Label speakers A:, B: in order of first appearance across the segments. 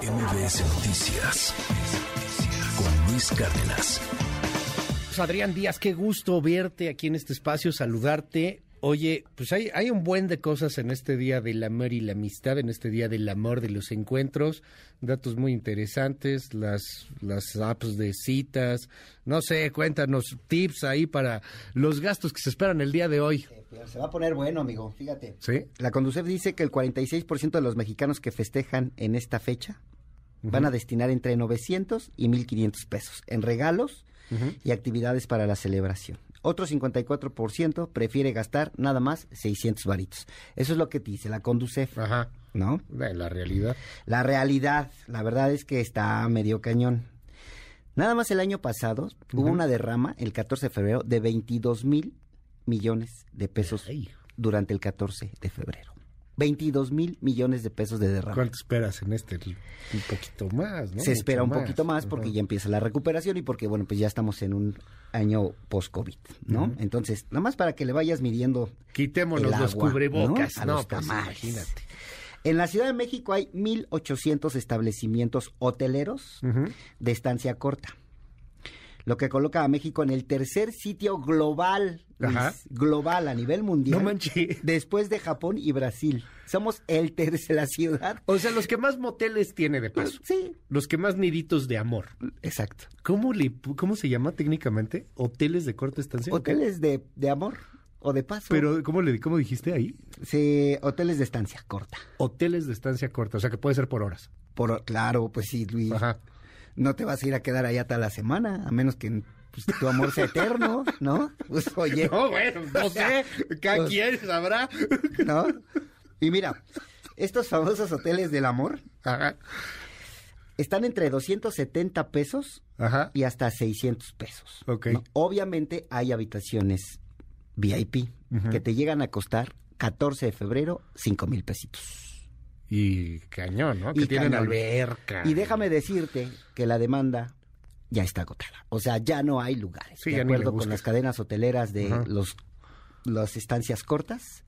A: MBS Noticias con Luis Cárdenas.
B: Pues, Adrián Díaz, qué gusto verte aquí en este espacio, saludarte. Oye, pues hay, hay un buen de cosas en este Día del Amor y la Amistad, en este Día del Amor, de los encuentros, datos muy interesantes, las, las apps de citas, no sé, cuéntanos tips ahí para los gastos que se esperan el día de hoy.
C: Pero Eh, se va a poner bueno, amigo, fíjate.
B: ¿Sí?
C: La Conducef dice que el 46% de los mexicanos que festejan en esta fecha van a destinar entre 900 y 1500 pesos en regalos y actividades para la celebración. Otro 54% prefiere gastar nada más 600 varitos. Eso es lo que dice la Conducef,
B: Ajá,
C: ¿no?
B: de la realidad.
C: La realidad, la verdad es que está medio cañón. Nada más el año pasado hubo
B: Ujú.
C: una derrama el 14 de febrero de 22 mil millones de pesos
B: Ay,
C: durante el 14 de febrero. 22 mil millones de pesos de derrama.
B: ¿Cuánto esperas en este? Un poquito más, ¿no?
C: Se espera
B: Mucho
C: un poquito más porque
B: Ajá.
C: ya empieza la recuperación y porque, bueno, pues ya estamos en un año post-COVID, ¿no?
B: Ujú.
C: Entonces, nada más para que le vayas midiendo.
B: Quitémonos
C: el
B: los
C: agua,
B: cubrebocas,
C: ¿no? A
B: ¿no?
C: los
B: pues,
C: tamales.
B: imagínate.
C: En la Ciudad de México hay 1.800 establecimientos hoteleros
B: Ujú.
C: de estancia corta. Lo que coloca a México en el tercer sitio global, Luis,
B: Ajá.
C: global a nivel mundial,
B: No manches.
C: después de Japón y Brasil. Somos el tercer, la ciudad.
B: O sea, los que más moteles tiene de paso.
C: Sí,
B: Los que más niditos de amor.
C: exacto.
B: ¿Cómo, le, pu- ¿Cómo se llama técnicamente? ¿Hoteles de corta estancia?
C: Hoteles de, de amor o de paso.
B: Pero, ¿cómo, le, ¿cómo dijiste ahí?
C: Sí, hoteles de estancia corta.
B: Hoteles de estancia corta, o sea que puede ser por horas.
C: Por, claro, pues sí, Luis.
B: Ajá.
C: No te vas a ir a quedar allá toda la semana, a menos que pues, tu amor sea eterno, ¿no? Pues, oye,
B: No, bueno, no sé. Cada
C: Pues-
B: quien sabrá.
C: ¿no? Y mira, estos famosos hoteles del amor
B: Ajá.
C: están entre 270 pesos
B: Ajá.
C: y hasta 600 pesos.
B: Ok.
C: ¿no? Obviamente hay habitaciones VIP
B: Ujú.
C: que te llegan a costar 14 de febrero 5 mil pesitos.
B: Y cañón, ¿no?
C: Y
B: que tienen
C: cañón.
B: alberca.
C: Y déjame decirte que la demanda ya está agotada. O sea, ya no hay lugares.
B: Sí,
C: de
B: ya ni le
C: acuerdo
B: buscas.
C: con las cadenas hoteleras de
B: Ajá.
C: los las estancias cortas,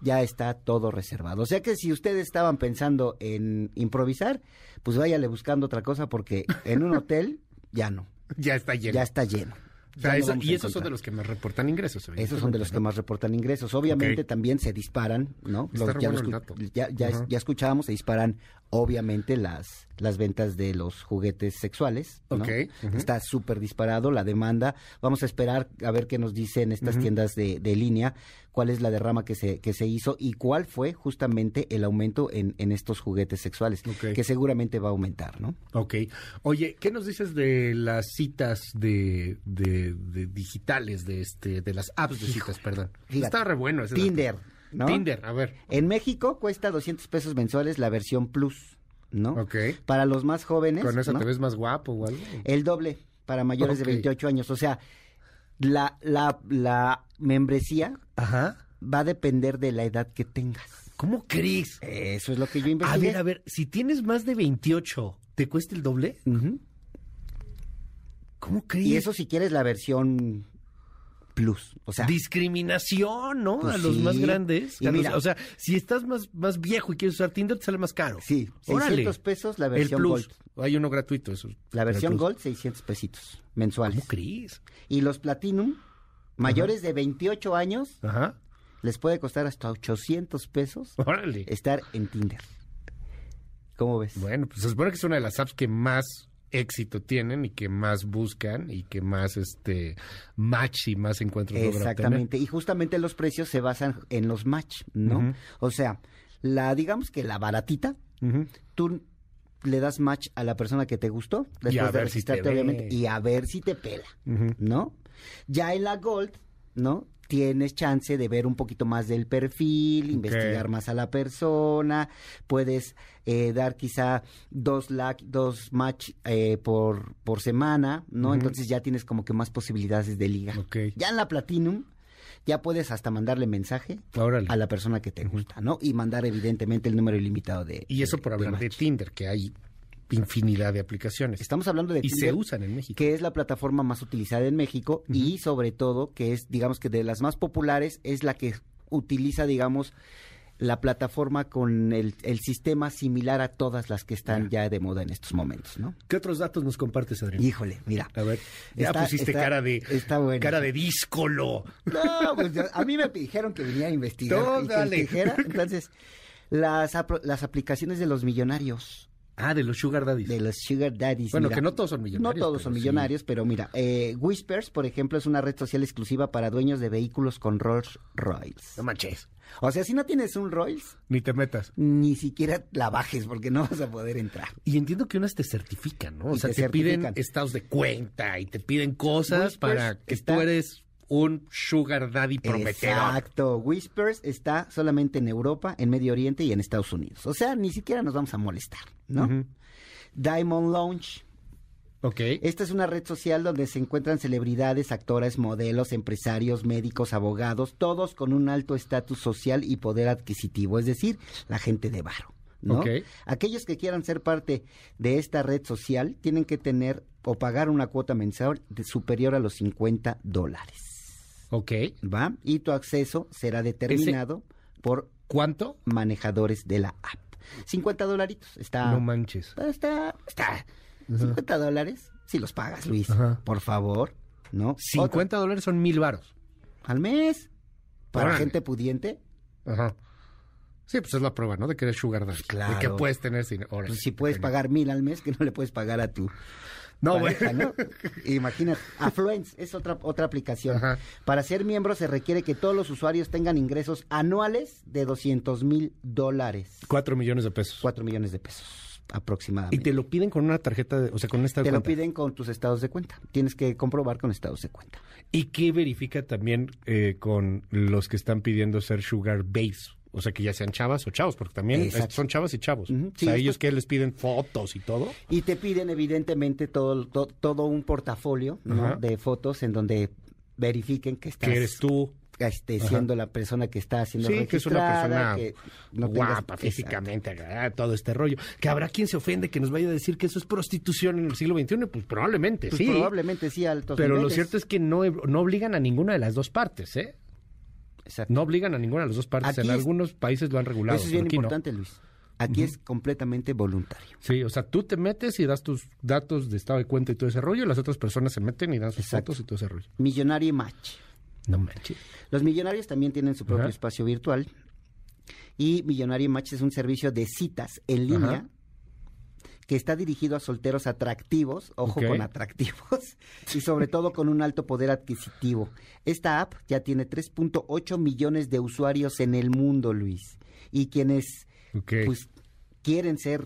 C: ya está todo reservado. O sea que si ustedes estaban pensando en improvisar, pues váyale buscando otra cosa porque en un hotel ya no,
B: Ya está lleno.
C: ya está lleno.
B: O sea,
C: Ya no
B: eso-
C: vamos a
B: y esos son
C: encontrar.
B: de los que me reportan ingresos.
C: Esos son de los que más reportan ingresos. Obviamente
B: Ok.
C: también se disparan, ¿no?
B: Está re
C: ya,
B: bueno el
C: escu-
B: dato.
C: ya- ya es-
B: Ajá.
C: ya escuchábamos, se disparan obviamente las, las ventas de los juguetes sexuales. ¿no?
B: Ok, ujú.
C: Está súper disparado la demanda. Vamos a esperar a ver qué nos dicen estas
B: Ujú.
C: tiendas de, de línea, cuál es la derrama que se, que se hizo y cuál fue justamente el aumento en, en estos juguetes sexuales,
B: Ok.
C: que seguramente va a aumentar, ¿no?
B: Ok. Oye, ¿qué nos dices de las citas de, de- de digitales, de este, de las apps de citas, perdón?
C: fíjate.
B: Está re bueno ese dato.
C: Tinder, ¿no?
B: Tinder, a ver.
C: En México cuesta 200 pesos mensuales la versión Plus, ¿no?
B: Ok.
C: Para los más jóvenes,
B: Con eso
C: ¿no?
B: te ves más guapo o algo.
C: el doble para mayores
B: Ok.
C: de 28 años. O sea, la, la, la membresía
B: Ajá.
C: va a depender de la edad que tengas.
B: ¿Cómo crees?
C: Eso es lo que yo
B: A
C: investigué.
B: ver, a ver, si tienes más de 28, ¿te cuesta el doble?
C: Ujú.
B: ¿Cómo crees?
C: Y eso si quieres la versión plus. O sea,
B: Discriminación, ¿no?
C: Pues
B: a los
C: sí.
B: más grandes.
C: Y
B: a los-
C: mira-
B: o sea, si estás más, más viejo y quieres usar Tinder, te sale más caro.
C: sí,
B: Órale.
C: 600 pesos la
B: El
C: versión
B: plus.
C: Gold.
B: Hay uno gratuito, eso.
C: La versión
B: El plus.
C: Gold, 600 pesitos mensuales.
B: ¿Cómo crees?
C: Y los Platinum, mayores de 28 años,
B: Ajá.
C: les puede costar hasta 800 pesos
B: Órale.
C: estar en Tinder. ¿Cómo ves?
B: Bueno, pues se supone que es una de las apps que más éxito tienen y que más buscan y que más este match y más encuentros logran tener.
C: Exactamente, y justamente los precios se basan en los match, ¿no?
B: Ujú.
C: O sea, la digamos que la baratita,
B: Ujú.
C: tú le das match a la persona que te gustó, después
B: a ver si
C: de
B: te
C: registrarte obviamente,
B: ve.
C: y a ver si te pela,
B: Ujú.
C: ¿no? Ya en la Gold, ¿no? Tienes chance de ver un poquito más del perfil, investigar más a la persona, puedes eh, dar quizá dos like, dos match eh, por, por semana, ¿no?
B: Ujú.
C: Entonces ya tienes como que más posibilidades de liga.
B: Ok.
C: Ya en la Platinum, ya puedes hasta mandarle mensaje
B: Órale.
C: a la persona que te gusta, ¿no? Y mandar evidentemente el número ilimitado de...
B: Y eso por
C: de
B: hablar de
C: match.
B: Tinder, que hay infinidad de aplicaciones.
C: Estamos hablando de
B: y se
C: Tinder,
B: usan en México.
C: que es la plataforma más utilizada en México y sobre todo que es, digamos que de las más populares, es la que utiliza, digamos, la plataforma con el, el sistema similar a todas las que están ya de moda en estos momentos, ¿no?
B: ¿Qué otros datos nos compartes, Adrián?
C: Híjole, mira.
B: A ver, ya
C: Está-
B: pusiste
C: está-
B: cara de
C: está bueno.
B: cara de díscolo.
C: No, pues yo- a mí me dijeron que venía a investigar.
B: No,
C: y que
B: dale.
C: dijera. Entonces, las, apro- las aplicaciones de los millonarios,
B: Ah, de los Sugar Daddies.
C: de los Sugar Daddies.
B: bueno,
C: mira.
B: que no todos son millonarios.
C: No todos
B: pero
C: son
B: sí.
C: millonarios, pero mira, eh, Whispers, por ejemplo, es una red social exclusiva para dueños de vehículos con Rolls Royce.
B: No manches.
C: O sea, si no tienes un Rolls,
B: Ni te metas.
C: ni siquiera la bajes porque no vas a poder entrar.
B: Y entiendo que unas te certifican, ¿no? O
C: Y
B: sea, te,
C: te
B: piden
C: certifican.
B: estados de cuenta y te piden cosas
C: Whispers
B: para que
C: está-
B: tú eres un sugar daddy prometedor.
C: Exacto. Whispers está solamente en Europa, en Medio Oriente y en Estados Unidos. O sea, ni siquiera nos vamos a molestar, ¿no?
B: Ujú.
C: Diamond Lounge.
B: Ok.
C: Esta es una red social donde se encuentran celebridades, actores, modelos, empresarios, médicos, abogados, todos con un alto estatus social y poder adquisitivo, es decir, la gente de varo. ¿no?
B: Ok.
C: Aquellos que quieran ser parte de esta red social tienen que tener o pagar una cuota mensual de- superior a los 50 dólares.
B: Ok.
C: ¿Va? Y tu acceso será determinado por
B: ¿Cuánto?
C: manejadores de la app. 50 dolaritos. Está
B: No manches.
C: pero está, está. 50 dólares, si los pagas, Luis.
B: Ajá.
C: Por favor, ¿no? Otro,
B: 50 dólares son mil varos.
C: al mes. Para
B: Órale.
C: gente pudiente,
B: Ajá. Sí, pues es la prueba, ¿no? De que eres sugar daddy.
C: claro.
B: De que puedes tener sin... Órale,
C: pues si puedes
B: qué
C: pagar mil al mes, que no le puedes pagar a tu
B: cañón. No, güey.
C: pareja, ¿no? Imagínate. Affluence es otra, otra aplicación.
B: Ajá.
C: Para ser miembro se requiere que todos los usuarios tengan ingresos anuales de 200 mil dólares.
B: 4 millones de pesos.
C: 4 millones de pesos aproximadamente.
B: Y te lo piden con una tarjeta, de- o sea, con esta
C: Te lo piden con tus estados de cuenta. Tienes que comprobar con estados de cuenta.
B: Y que verifica también eh, con los que están pidiendo ser sugar base. O sea, que ya sean chavas o chavos, porque también
C: Exacto.
B: estos son chavas y chavos.
C: Ujú.
B: O
C: Sí,
B: sea,
C: esto-
B: ellos que les piden fotos y todo.
C: Y te piden evidentemente todo, to- todo, un portafolio ¿no?
B: Ajá.
C: de fotos en donde verifiquen que estás
B: Que eres tú,
C: este,
B: Ajá.
C: siendo la persona que está haciendo
B: Sí, que es una persona guapa
C: físicamente.
B: físicamente, agradable, todo este rollo. Que habrá quien se ofende que nos vaya a decir que eso es prostitución en el siglo XXI. Pues probablemente, sí.
C: Probablemente sí, altos
B: Pero lo cierto es que no, no obligan a ninguna de las dos partes, ¿eh? No obligan a ninguna de las dos partes.
C: Aquí
B: en
C: es-
B: algunos países lo han regulado.
C: Eso es bien
B: pero aquí no.
C: importante, Luis. Aquí es completamente voluntario.
B: Sí, o sea, tú te metes y das tus datos de estado de cuenta y todo ese rollo, y las otras personas se meten y dan sus
C: Exacto.
B: datos y todo ese rollo.
C: Millonario Match.
B: No manches.
C: Los millonarios también tienen su propio
B: Ajá.
C: espacio virtual. Y Millonario Match es un servicio de citas en línea
B: Ajá.
C: que está dirigido a solteros atractivos, ojo
B: Ok.
C: con atractivos, y sobre todo con un alto poder adquisitivo. Esta app ya tiene 3.8 millones de usuarios en el mundo, Luis. Y quienes
B: Ok.
C: pues, quieren ser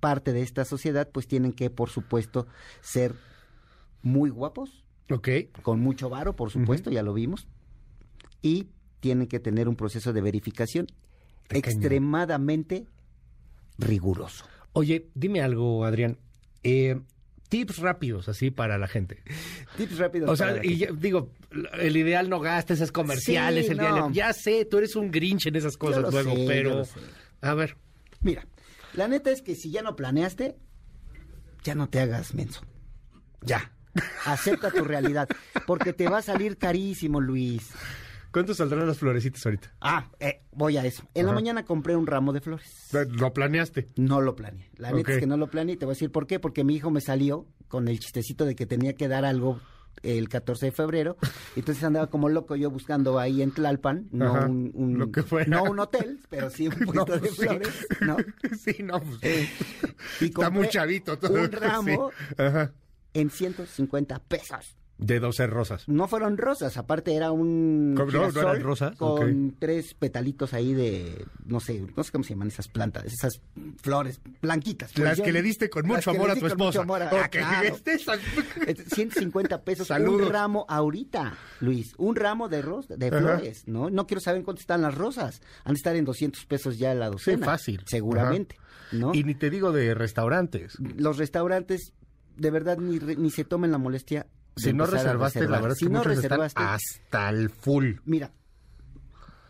C: parte de esta sociedad, pues tienen que, por supuesto, ser muy guapos,
B: ok.
C: con mucho varo, por supuesto, ya lo vimos, y tienen que tener un proceso de verificación
B: Está cañón.
C: extremadamente riguroso.
B: Oye, dime algo, Adrián. Eh, tips rápidos, así, para la gente.
C: Tips rápidos.
B: O sea,
C: para la
B: y
C: gente.
B: ya- digo, el ideal no gastes esas comerciales,
C: Sí,
B: el día de la-
C: no.
B: Ya sé, tú eres un grinch en esas
C: Yo
B: cosas
C: lo
B: luego,
C: sé, yo
B: pero...
C: lo sé.
B: A ver,
C: Mira, la neta es que si ya no planeaste, ya no te hagas menso.
B: ya.
C: Acepta tu realidad, porque te va a salir carísimo, Luis.
B: ¿Cuánto saldrán las florecitas ahorita?
C: Ah, eh, voy a eso. En la
B: Ajá.
C: mañana compré un ramo de flores.
B: Lo planeaste.
C: No lo planeé. La neta
B: Ok.
C: es que no lo planeé y te voy a decir por qué. Porque mi hijo me salió con el chistecito de que tenía que dar algo el 14 de febrero. Entonces andaba como loco yo buscando ahí en Tlalpan, no,
B: Ajá,
C: un, un-
B: lo que fuera.
C: no un hotel, pero sí un
B: No,
C: puesto de
B: pues sí.
C: flores, ¿no?
B: Sí, no, pues,
C: Y
B: está
C: Eh, compré
B: muy chavito todo.
C: Un ramo
B: sí. Ajá.
C: en 150 pesos.
B: De 12 rosas.
C: No fueron rosas, aparte era un
B: ¿Cómo no? ¿No eran
C: girasol
B: rosas?
C: con
B: Ok.
C: tres petalitos ahí de, no sé, no sé cómo se llaman esas plantas, esas flores blanquitas. pues
B: Las
C: yo-
B: que le diste con
C: las
B: mucho
C: que le
B: amor a
C: di
B: tu
C: con
B: esposa.
C: mucho amor a-
B: Ok,
C: ah, claro.
B: este es-
C: Es 150 pesos
B: Saludos.
C: un ramo ahorita, Luis. Un ramo de ros de
B: Ajá.
C: flores, ¿no? No quiero saber en cuánto están las rosas. Han de estar en 200 pesos ya la docena.
B: fácil.
C: Seguramente, ¿no?
B: Y ni te digo de restaurantes.
C: Los restaurantes, de verdad, ni, re- ni se tomen la molestia. de
B: Si no
C: empezar a
B: reservaste, la
C: reservar.
B: verdad es
C: si
B: que
C: no
B: muchos
C: reservaste,
B: están hasta el full.
C: mira,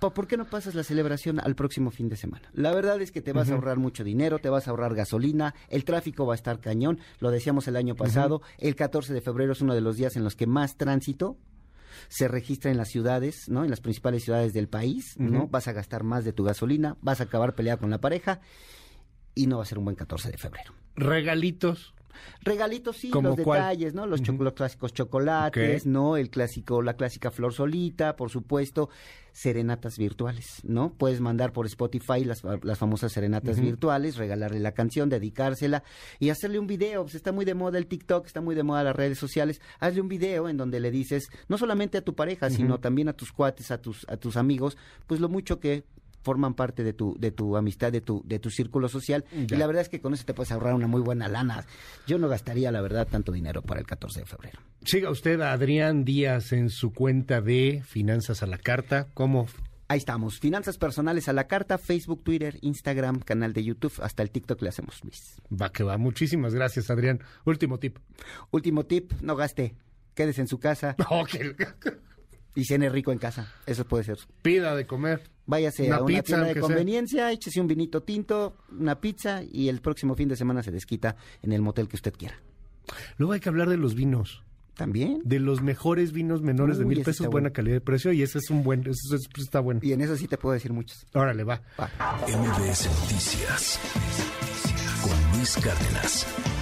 C: ¿po- ¿por qué no pasas la celebración al próximo fin de semana? La verdad es que te vas a ahorrar mucho dinero, te vas a ahorrar gasolina, el tráfico va a estar cañón, lo decíamos el año pasado, el 14 de febrero es uno de los días en los que más tránsito. se registra en las ciudades, ¿no? En las principales ciudades del país, ¿no?
B: Ujú.
C: Vas a gastar más de tu gasolina, vas a acabar peleada con la pareja y no va a ser un buen 14 de febrero.
B: Regalitos.
C: Regalitos sí,
B: ¿Cómo
C: los
B: cuál?
C: detalles, ¿no? Los
B: Ujú.
C: chocola- clásicos chocolates,
B: Ok.
C: ¿no? El clásico, la clásica flor solita, por supuesto, serenatas virtuales, ¿no? Puedes mandar por Spotify las, fa- las famosas serenatas
B: Ujú.
C: virtuales, regalarle la canción, dedicársela y hacerle un video. Pues está muy de moda el TikTok, está muy de moda las redes sociales. Hazle un video en donde le dices, no solamente a tu pareja, sino también a tus cuates, a tus, a tus amigos, pues lo mucho que forman parte de tu, de tu amistad, de tu, de tu círculo social.
B: Ya.
C: Y la verdad es que con eso te puedes ahorrar una muy buena lana. Yo no gastaría, la verdad, tanto dinero para el 14 de febrero.
B: Siga usted a Adrián Díaz en su cuenta de Finanzas a la Carta. ¿Cómo?
C: Ahí estamos. Finanzas personales a la carta, Facebook, Twitter, Instagram, canal de YouTube, hasta el TikTok le hacemos, Luis.
B: Va que va. Muchísimas gracias, Adrián. Último tip.
C: Último tip, no gaste. Quédese en su casa
B: No, Oh, que-
C: y cene rico en casa. Eso puede ser.
B: Pida de comer.
C: Váyase
B: Una
C: a una
B: pizza,
C: tienda
B: aunque
C: de
B: sea.
C: conveniencia, échese un vinito tinto, una pizza y el próximo fin de semana se desquita en el motel que usted quiera.
B: Luego hay que hablar de los vinos.
C: También.
B: De los mejores vinos menores de
C: Uy,
B: mil
C: ese
B: pesos,
C: está
B: buena
C: bueno.
B: calidad de precio. Y ese es un buen. Ese es- está bueno.
C: Y en eso sí te puedo decir muchos.
B: Órale, va.
C: Va.
A: MBS Noticias con Luis Cárdenas.